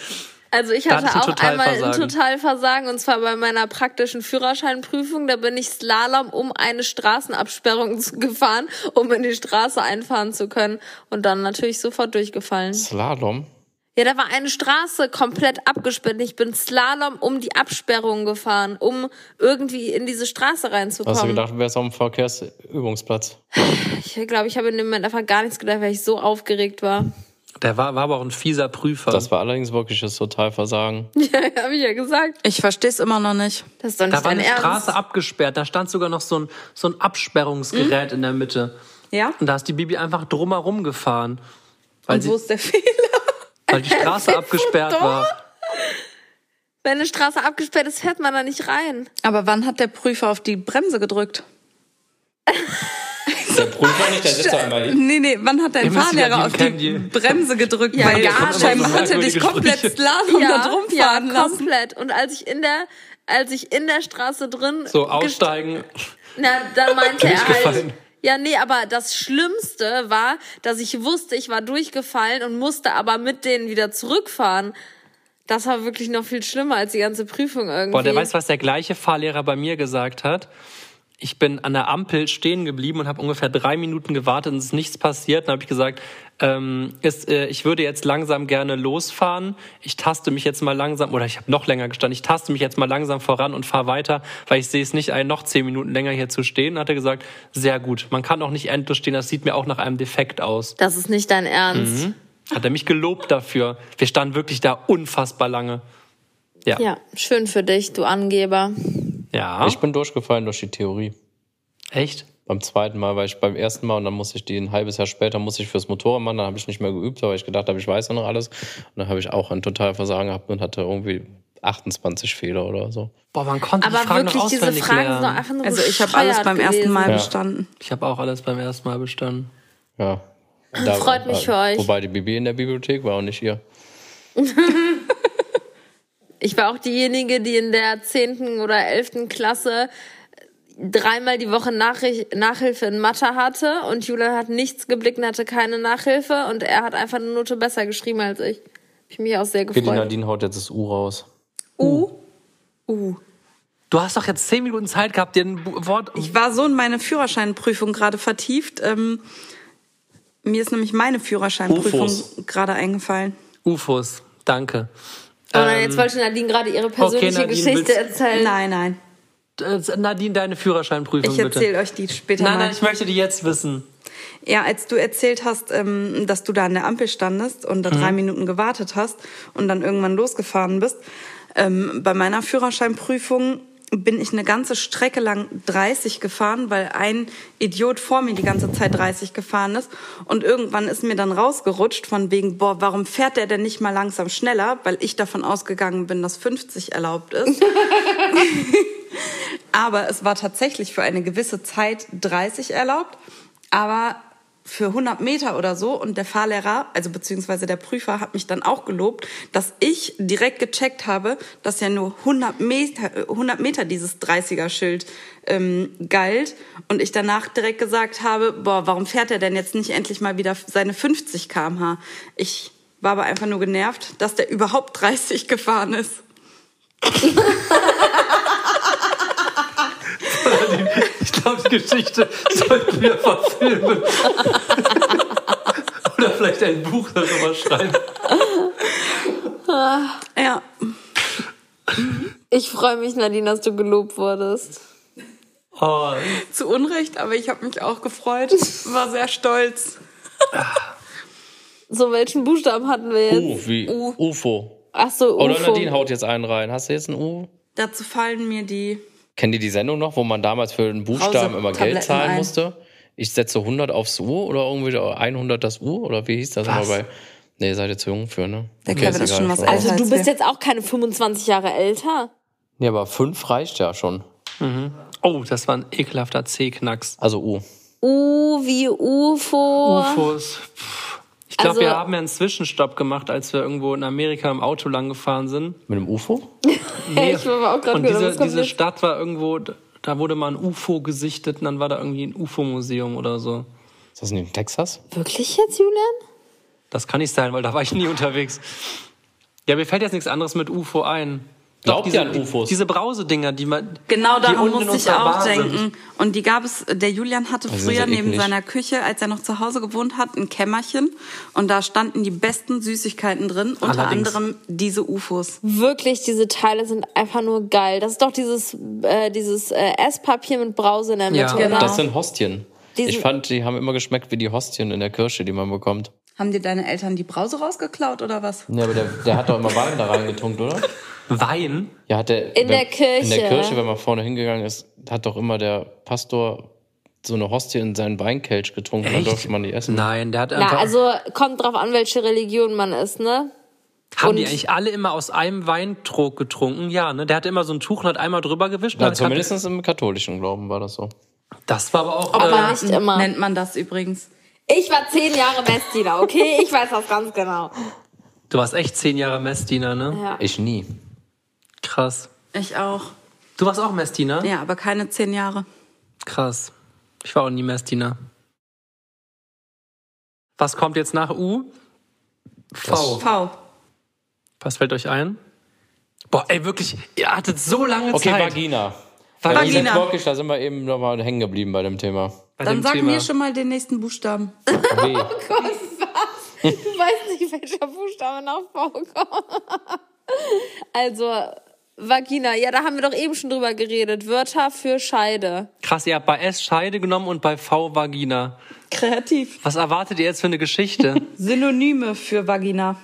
Also ich
Da
hatte
hatte ich ein
auch einmal ein
Totalversagen.
Totalversagen und zwar bei meiner praktischen Führerscheinprüfung. Da bin ich Slalom um eine Straßenabsperrung zu- gefahren, um in die Straße einfahren zu können und dann natürlich sofort durchgefallen.
Slalom.
Ja, da war eine Straße komplett abgesperrt. Ich bin Slalom um die Absperrung gefahren, um irgendwie in diese Straße reinzukommen.
Hast du gedacht, du wärst auf dem Verkehrsübungsplatz?
Ich glaube, ich habe in dem Moment einfach gar nichts gedacht, weil ich so aufgeregt war.
Der war, war aber auch ein fieser Prüfer.
Das war allerdings wirkliches Totalversagen.
Ja, habe ich ja gesagt.
Ich verstehe es immer noch nicht.
Das ist doch nicht
da war
dein
eine
Ernst.
Straße abgesperrt. Da stand sogar noch so ein, so ein Absperrungsgerät in der Mitte.
Ja?
Und da ist die Bibi einfach drumherum gefahren. Weil,
Und
sie,
wo ist der Fehler?
weil die Straße abgesperrt war.
Wenn eine Straße abgesperrt ist, fährt man da nicht rein.
Aber wann hat der Prüfer auf die Bremse gedrückt?
Der Prüfer nicht, der sitzt da einmal hin.
Nee, nee, wann hat dein
Ihr müsst die
Fahrlehrer
Nadine
auf die
kennen, die-
Bremse gedrückt?
Ja,
weil
gar nicht.
scheinbar hat er dich
Merkwürdige
komplett
Sprüche.
Slalom da drum
ja,
fahren lassen.
komplett. Und als ich in der, als ich in der Straße drin
So
gest-
aussteigen.
Na, dann meinte er halt.
Durchgefallen.
Ja, nee, aber das Schlimmste war, dass ich wusste, ich war durchgefallen und musste aber mit denen wieder zurückfahren. Das war wirklich noch viel schlimmer als die ganze Prüfung irgendwie.
Boah, der weiß, was der gleiche Fahrlehrer bei mir gesagt hat. Ich bin an der Ampel stehen geblieben und habe ungefähr drei Minuten gewartet und es ist nichts passiert. Dann habe ich gesagt, ähm, ist, äh, ich würde jetzt langsam gerne losfahren. Ich taste mich jetzt mal langsam, oder ich habe noch länger gestanden, ich taste mich jetzt mal langsam voran und fahre weiter, weil ich sehe es nicht ein, noch zehn Minuten länger hier zu stehen. Hat er gesagt, sehr gut. Man kann auch nicht endlos stehen, das sieht mir auch nach einem Defekt aus.
Das ist nicht dein
Mhm.
Ernst.
Hat er mich gelobt dafür. Wir standen wirklich da unfassbar lange. Ja.
Ja, schön für dich, du Angeber.
ja.
Ich bin durchgefallen durch die Theorie.
Echt?
Beim zweiten Mal, weil ich beim ersten Mal und dann musste ich die ein halbes Jahr später musste ich fürs Motorrad machen, dann habe ich nicht mehr geübt, weil ich gedacht habe, ich weiß ja noch alles. Und dann habe ich auch ein Totalversagen gehabt und hatte irgendwie 28 Fehler oder so.
Boah, man konnte die
Aber
Fragen
wirklich,
noch
diese
auswendig
Fragen sind doch
lernen.
einfach nur
Also ich habe alles
bescheuert
beim ersten Mal
Ja.
bestanden.
Ich habe auch alles beim ersten Mal bestanden.
Ja. Da-
Freut mich für euch.
Wobei die Bibi in der Bibliothek war und nicht ihr.
Ich war auch diejenige, die in der 10. oder 11. Klasse dreimal die Woche Nachrich Nachhilfe in Mathe hatte und Julian hat nichts geblickt und hatte keine Nachhilfe und er hat einfach eine Note besser geschrieben als ich. Hab ich mich auch sehr
Hier, die
gefreut.
Nadine haut jetzt das U raus.
U. U.
Du hast doch jetzt zehn Minuten Zeit gehabt, dir ein Bu- Wort.
Ich war so in meine Führerscheinprüfung gerade vertieft. Ähm, mir ist nämlich meine
Ufos.
Führerscheinprüfung gerade eingefallen.
Ufos, danke. Ähm,
Oh
Ähm,
nein, jetzt wollte Nadine gerade ihre persönliche
Nadine,
Geschichte
willst-
erzählen.
Nein, nein.
Äh, Nadine, deine Führerscheinprüfung
Ich
bitte.
erzähle euch die später
Nein,
mal.
nein, ich möchte die jetzt wissen.
Ja, als du erzählt hast, ähm, dass du da an der Ampel standest und da drei Minuten gewartet hast und dann irgendwann losgefahren bist, ähm, bei meiner Führerscheinprüfung bin ich eine ganze Strecke lang 30 gefahren, weil ein Idiot vor mir die ganze Zeit 30 gefahren ist. Und irgendwann ist mir dann rausgerutscht von wegen, boah, warum fährt der denn nicht mal langsam schneller? Weil ich davon ausgegangen bin, dass 50 erlaubt ist. Aber es war tatsächlich für eine gewisse Zeit 30 erlaubt, aber für 100 Meter oder so. Und der Fahrlehrer, also beziehungsweise der Prüfer, hat mich dann auch gelobt, dass ich direkt gecheckt habe, dass ja nur 100 Meter, äh, 100 Meter dieses 30er-Schild ähm, galt. Und ich danach direkt gesagt habe, boah, warum fährt er denn jetzt nicht endlich mal wieder seine 50 km/h? Ich war aber einfach nur genervt, dass der überhaupt 30 gefahren ist.
Ich glaube, die Geschichte sollten wir verfilmen. Oder vielleicht ein Buch darüber schreiben.
Ja,
Ich freue mich, Nadine, dass du gelobt wurdest.
Oh,
zu Unrecht, aber ich habe mich auch gefreut, war sehr stolz.
So, welchen Buchstaben hatten wir jetzt?
U Oh, wie
U.
UFO.
Ach so,
Oder Nadine
UFO.
haut jetzt einen rein. Hast du jetzt ein U?
Dazu fallen mir die.
Kennt ihr die Sendung noch, wo man damals für einen Buchstaben
Brause-
immer Geld
Tabletten
zahlen
ein.
musste? Ich setze 100 aufs U oder irgendwie 100 das U oder wie hieß das
Was?
immer bei? Nee, seid ihr zu jung für, ne?
Der
Nee,
Kevin ist
egal,
schon was
schon raus.
älter.
Also, du
Als
bist
wir-
jetzt auch keine 25 Jahre älter.
Nee, aber 5 reicht ja schon.
oh das war ein ekelhafter C-Knacks.
Also U.
U wie UFO.
UFOs. Pff. Ich glaube,
Also-
wir haben ja einen Zwischenstopp gemacht, als wir irgendwo in Amerika im Auto lang gefahren sind.
Mit einem UFO?
Nee.
Ich war aber auch gerade
Und
gedacht,
diese,
was kommt
diese
jetzt?
Stadt war irgendwo, da wurde mal ein UFO gesichtet und dann war da irgendwie ein UFO-Museum oder so.
Ist das nicht in Texas?
Wirklich jetzt, Julian?
Das kann nicht sein, weil da war ich nie unterwegs. Ja, mir fällt jetzt nichts anderes mit UFO ein.
Glaubt
diese,
ihr an UFOs?
Diese Brausedinger, die man.
Genau
die
daran
unten in
musste ich
unserer
auch
Bar sind.
denken. Und die gab es, der Julian hatte
Also
früher
so
neben
eklig.
seiner Küche, als er noch zu Hause gewohnt hat, ein Kämmerchen. Und da standen die besten Süßigkeiten drin, unter
Allerdings.
anderem diese UFOs.
Wirklich, diese Teile sind einfach nur geil. Das ist doch dieses, äh, dieses äh, Esspapier mit Brause in der Mitte.
Ja.
Genau.
oder?
Das sind Hostien.
Die
ich
sind-
fand, die haben immer geschmeckt wie die Hostien in der Kirche, die man bekommt.
Haben dir deine Eltern die Brause rausgeklaut oder was?
Ja, aber der, der hat doch immer Wein da reingetunkt, oder?
Wein.
Ja, hat der,
In
wenn-
der Kirche.
In der Kirche, wenn man vorne hingegangen ist, hat doch immer der Pastor so eine Hostie in seinen Weinkelch getrunken. Dann
Echt?
durfte man die essen.
Nein, der hat einfach.
Na, also kommt drauf an, welche Religion man ist, ne?
haben
und-
die eigentlich alle immer aus einem Weintrog getrunken? Ja, ne? Der hatte immer so ein Tuch und hat einmal drüber gewischt. und
Na,
dann kam-
zumindest im katholischen Glauben war das so.
Das war aber auch.
Aber
äh,
nicht immer.
Nennt man das übrigens.
Ich war zehn Jahre Messdiener, okay? Ich weiß das ganz genau.
du warst echt zehn Jahre Messdiener, ne?
Ja.
Ich nie.
Krass.
Ich auch.
Du warst auch Messdiener?
Ja, aber keine zehn Jahre.
Krass. Ich war auch nie Messdiener. Was kommt jetzt nach U? V.
V.
Was fällt euch ein? Boah, ey, wirklich, ihr hattet so lange
Okay,
Zeit. Vagina.
Vagina. Vagina.
Vagina.
Wirklich, da sind wir eben nochmal hängen geblieben bei dem Thema.
Bei
Dann
dem
sag
Thema.
mir schon mal den nächsten Buchstaben.
W.
Gott, was? Du weißt nicht, welcher Buchstabe nach vorkommt. Also, Vagina. Ja, da haben wir doch eben schon drüber geredet. Wörter für Scheide.
Krass, ihr habt bei S Scheide genommen und bei V Vagina.
Kreativ.
Was erwartet ihr jetzt für eine Geschichte?
Synonyme für Vagina.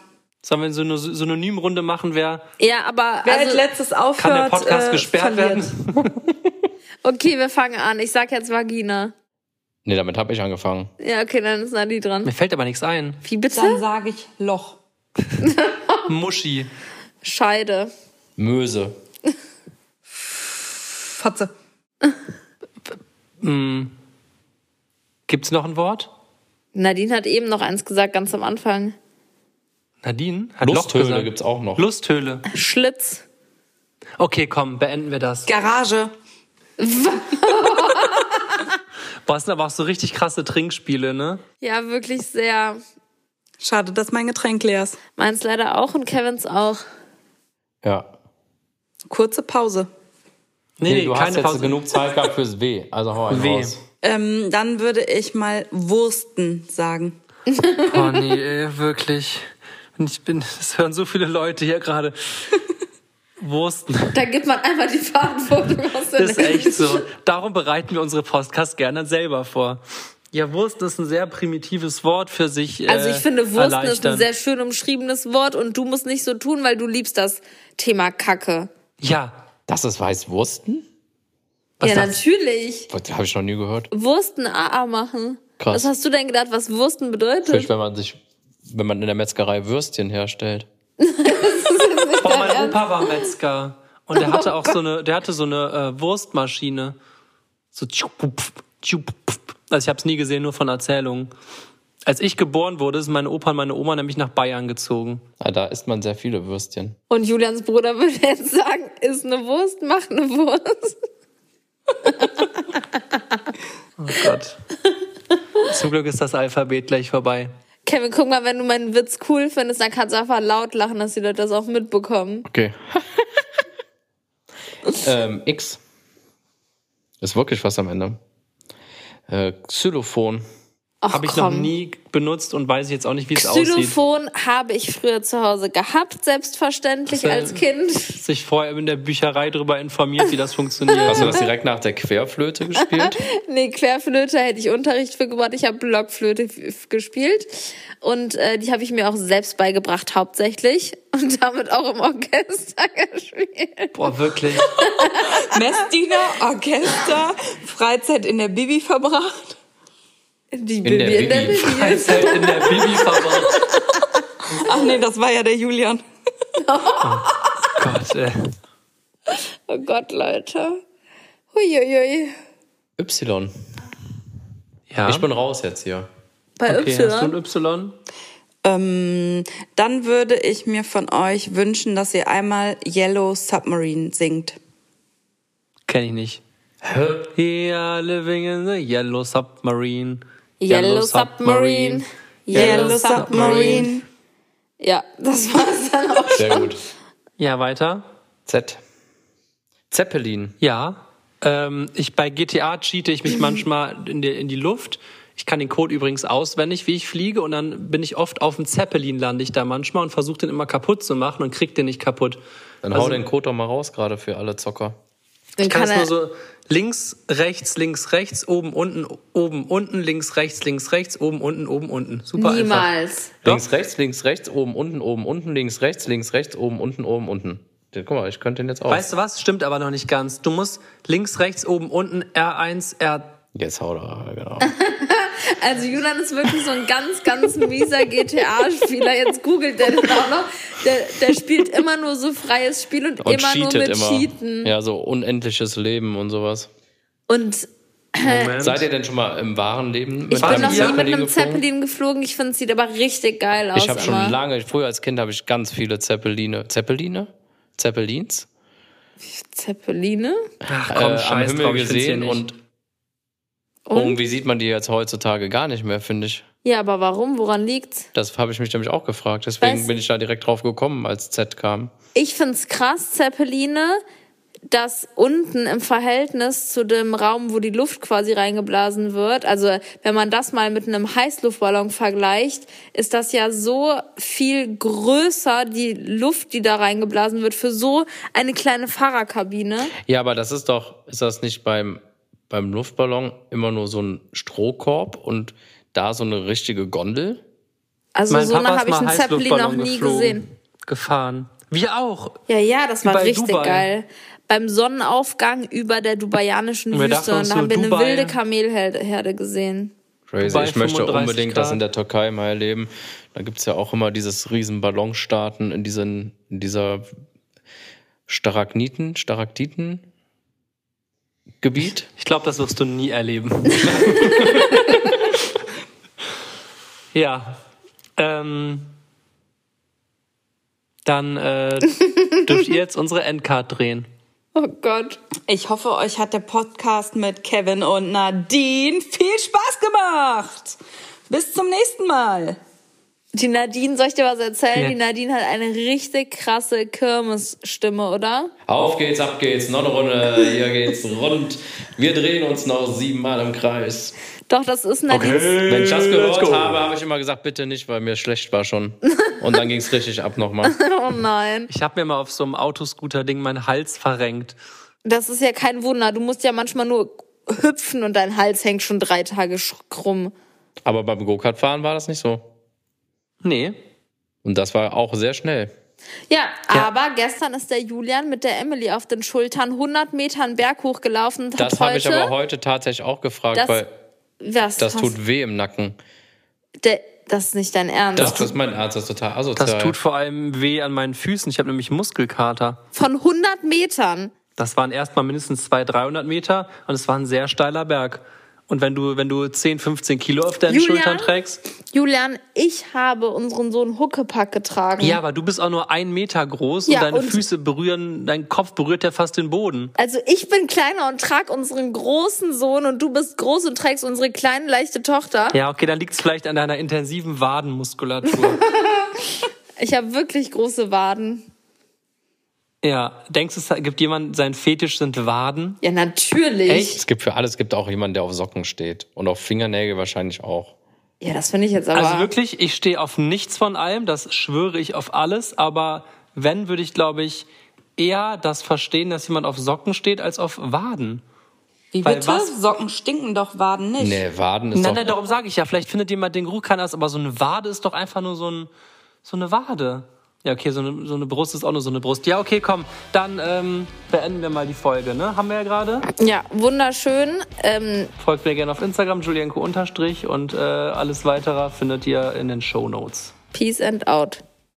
Sollen wir so eine Sy- Synonymrunde machen, wer
Ja, aber.
Wer als
also,
letztes aufhört,
kann der Podcast
äh,
gesperrt
verliert.
werden?
okay, wir fangen an. Ich sag jetzt Vagina.
Nee, damit habe ich angefangen.
Ja, okay, dann ist Nadi dran.
Mir fällt aber nichts ein.
Wie bitte?
Dann sage ich Loch.
Muschi.
Scheide.
Möse.
Fotze.
Gibt's noch ein Wort?
Nadine hat eben noch eins gesagt, ganz am Anfang.
Nadine hat Loch
Lusthöhle
gesagt.
gibt's auch noch.
Lusthöhle.
Schlitz.
Okay, komm, beenden wir das.
Garage.
Boah, das sind aber auch so richtig krasse Trinkspiele, ne?
Ja, wirklich sehr.
Schade, dass mein Getränk leer ist.
Meins leider auch und Kevins auch.
ja.
Kurze Pause.
Nee,
Nee,
nee,
du
keine
hast jetzt
Pause.
genug Zeit gehabt fürs W. Also hau einen
W.
raus.
Ähm, dann würde ich mal Wursten sagen.
Oh nee, ey, wirklich. Und Ich bin, es hören so viele Leute hier gerade. Wursten.
Da gibt man einmal die Verantwortung aus der
Das ist echt so. äh, Darum bereiten wir unsere Podcasts gerne selber vor. Ja, Wurst ist ein sehr primitives Wort für sich.
Also ich
äh,
finde, Wursten ist
erleichtern.
ein sehr schön umschriebenes Wort und du musst nicht so tun, weil du liebst das Thema Kacke.
Ja,
Das ist Weißwursten?
Was
ja,
das?
natürlich.
Habe ich noch nie gehört.
Wursten AA machen.
Krass.
Was hast du denn gedacht, was Wursten
Natürlich,
bedeutet?
wenn man sich, wenn man in der Metzgerei Würstchen herstellt.
Boah, mein Opa war Metzger und der hatte auch so eine, der hatte so eine äh, Wurstmaschine. So tschup, pf, tschup, pf. also ich habe es nie gesehen, nur von Erzählungen. Als ich geboren wurde, sind meine Opa und meine Oma nämlich nach Bayern gezogen.
Ah, da isst man sehr viele Würstchen.
Und Julians Bruder würde jetzt sagen, ist eine Wurst, mach eine Wurst.
Oh Gott. Zum Glück ist das Alphabet gleich vorbei.
Kevin, guck mal, wenn du meinen Witz cool findest, dann kannst du einfach laut lachen, dass die Leute das auch mitbekommen.
Okay. ähm, X. Ist wirklich was am Ende. Äh, Xylophon.
Ach,
Habe ich noch
komm.
nie benutzt und weiß jetzt auch nicht, wie es aussieht.
Xylophon habe ich früher zu Hause gehabt, selbstverständlich
Das, äh,
als Kind.
Sich vorher in der Bücherei darüber informiert, wie das funktioniert.
Hast du das direkt nach der Querflöte gespielt?
Nee, Querflöte hätte ich Unterricht für gebraucht. Ich habe Blockflöte f- gespielt und äh, die habe ich mir auch selbst beigebracht hauptsächlich und damit auch im Orchester gespielt.
Boah, wirklich.
Messdiener, Orchester, Freizeit in der Bibi verbracht.
Die
der
Bibi in der
Bibi.
Bibi.
Ist halt in der Bibi verbaut.
Ach nee, das war ja der Julian.
Gott, äh. ey.
Oh Gott, Leute. Huiuiui.
Y.
Ja.
Ich bin raus jetzt hier.
Bei
okay, hast du ein
Y.
Y?
Ähm, dann würde ich mir von euch wünschen, dass ihr einmal Yellow Submarine singt.
Kenn ich nicht. Yeah, living in the yellow submarine.
Yellow Submarine.
Yellow Submarine.
Ja, das war's dann auch.
Sehr gut.
Ja, weiter.
Z. Zeppelin.
Ja. Ähm, ich, bei GTA cheate ich mich manchmal in die, in die Luft. Ich kann den Code übrigens auswendig, wie ich fliege, und dann bin ich oft auf dem Zeppelin, lande ich da manchmal und versuche den immer kaputt zu machen und krieg den nicht kaputt.
Dann hau
Also-
den Code doch mal raus, gerade für alle Zocker.
Dann
Ich kann
kann,
es nur
er,
so links, rechts, links, rechts, oben, unten, oben, unten, links, rechts, links, rechts, oben, unten, oben, unten. Super einfach.
niemals.
Doch.
Links, rechts, links, rechts, oben, unten, oben, unten, links, rechts, links, rechts, oben, unten, oben, unten. Den- Guck mal, ich könnte den jetzt auch.
Weißt du was? Stimmt aber noch nicht ganz. Du musst links, rechts, oben, unten, R1, R.
Jetzt hau doch, genau.
Also Julian ist wirklich so ein ganz, ganz mieser GTA-Spieler. Jetzt googelt der das auch noch. Der, der spielt immer nur so freies Spiel und, immer nur mit Cheaten.
Ja, so unendliches Leben und sowas.
Und
Seid ihr denn schon mal im wahren Leben mit
ich bin
einem
noch mal mit
Zeppelin
einem
geflogen?
Zeppelin geflogen. Ich finde, es sieht aber richtig geil aus.
Ich habe schon
immer.
lange, früher als Kind habe ich ganz viele Zeppeline. Zeppeline? Zeppelins?
Zeppeline?
Ach
äh, am Himmel
drauf, ich find's hier
gesehen
nicht.
und
Und?
irgendwie sieht man die jetzt heutzutage gar nicht mehr, finde ich.
Ja, aber warum? Woran liegt's?
Das habe ich mich nämlich auch gefragt. Deswegen
Weiß-
bin ich da direkt drauf gekommen, als Z kam.
Ich find's krass, Zeppeline, dass unten im Verhältnis zu dem Raum, wo die Luft quasi reingeblasen wird, also wenn man das mal mit einem Heißluftballon vergleicht, ist das ja so viel größer, die Luft, die da reingeblasen wird, für so eine kleine Fahrerkabine.
Ja, aber das ist doch, ist das nicht beim, beim Luftballon immer nur so ein Strohkorb und da so eine richtige Gondel?
Also
Mein
so
Papa
eine
ist
habe ich
mal
einen Zeppelin noch
Heißluftballon
nie
geflogen.
gesehen.
Gefahren. Wir auch.
Ja, ja, das
Wie
war
bei
richtig
Dubai.
geil. Beim Sonnenaufgang über der dubayanischen
Und wir dachten
Wüste und
uns
da
so,
haben wir eine
Dubai.
wilde Kamelherde gesehen.
Crazy.
Dubai,
ich möchte
35
unbedingt das
Grad.
in der Türkei mal erleben. Da gibt's ja auch immer dieses riesen Ballonstarten in, diesen, in dieser Staragniten, Staraktiten Gebiet.
Ich glaube, das wirst du nie erleben. ja. Ähm, dann äh, dürft ihr jetzt unsere Endcard drehen.
Oh Gott.
Ich hoffe, euch hat der Podcast mit Kevin und Nadine viel Spaß gemacht. Bis zum nächsten Mal.
Die Nadine, soll ich dir was erzählen?
Ja.
Die Nadine hat eine richtig krasse Kirmesstimme, oder?
Auf geht's, ab geht's, noch eine Runde, hier geht's rund. Wir drehen uns noch siebenmal im Kreis.
Doch, das ist Nadines.
Wenn ich das gehört
go.
habe, habe ich immer gesagt, bitte nicht, weil mir schlecht war schon. Und dann ging's richtig ab nochmal.
Oh nein.
Ich habe mir mal auf so einem Autoscooter-Ding meinen Hals verrenkt.
Das ist ja kein Wunder. Du musst ja manchmal nur hüpfen und dein Hals hängt schon drei Tage sch- krumm.
Aber beim Go-Kart-Fahren war das nicht so.
Nee.
Und das war auch sehr schnell.
Ja, aber gestern ist der Julian mit der Emily auf den Schultern 100 Meter einen Berg hochgelaufen und hat
Das habe ich aber
heute...
heute tatsächlich auch gefragt,
Das-
weil
Das,
das
hast-
tut weh im Nacken.
Der, das ist nicht dein Ernst.
Das, das ist mein Arzt, das ist total asozial.
Das tut vor allem weh an meinen Füßen. Ich habe nämlich Muskelkater.
Von 100 Metern.
Das waren erstmal mindestens 200, 300 Meter und es war ein sehr steiler Berg. Und wenn du, wenn du 10, 15 Kilo auf deinen
Julian? Mhm.
Schultern trägst.
Julian, ich habe unseren Sohn Huckepack getragen.
Ja, aber du bist auch nur einen Meter groß
Ja,
und deine
und-
Füße berühren, dein Kopf berührt ja fast den Boden.
Also ich bin kleiner und trag unseren großen Sohn und du bist groß und trägst unsere kleine leichte Tochter.
Ja, okay, dann liegt es vielleicht an deiner intensiven Wadenmuskulatur.
Ich habe wirklich große Waden.
ja, denkst du, es gibt jemand, sein Fetisch sind Waden?
Ja, natürlich.
es gibt für alles, es gibt auch jemanden, der auf Socken steht. Und auf Fingernägel wahrscheinlich auch.
Ja, das finde ich jetzt aber.
Also wirklich, ich stehe auf nichts von allem, das schwöre ich auf alles, aber wenn, würde ich glaube ich eher das verstehen, dass jemand auf Socken steht, als auf Waden.
Wie
Weil
bitte?
was-
Socken stinken doch Waden nicht.
Nee, Waden ist
Nein,
doch...
nein, darum sage ich ja, vielleicht findet jemand den Geruch, kann das, aber so eine Wade ist doch einfach nur so, ein, so eine Wade. Ja, okay, so eine, so eine Brust ist auch nur so eine Brust. Ja, okay, komm, dann ähm, beenden wir mal die Folge, ne? Haben wir ja gerade.
ja, wunderschön. Ähm,
Folgt mir gerne auf Instagram, julienko-und äh, alles weitere findet ihr in den Show Notes.
peace and out.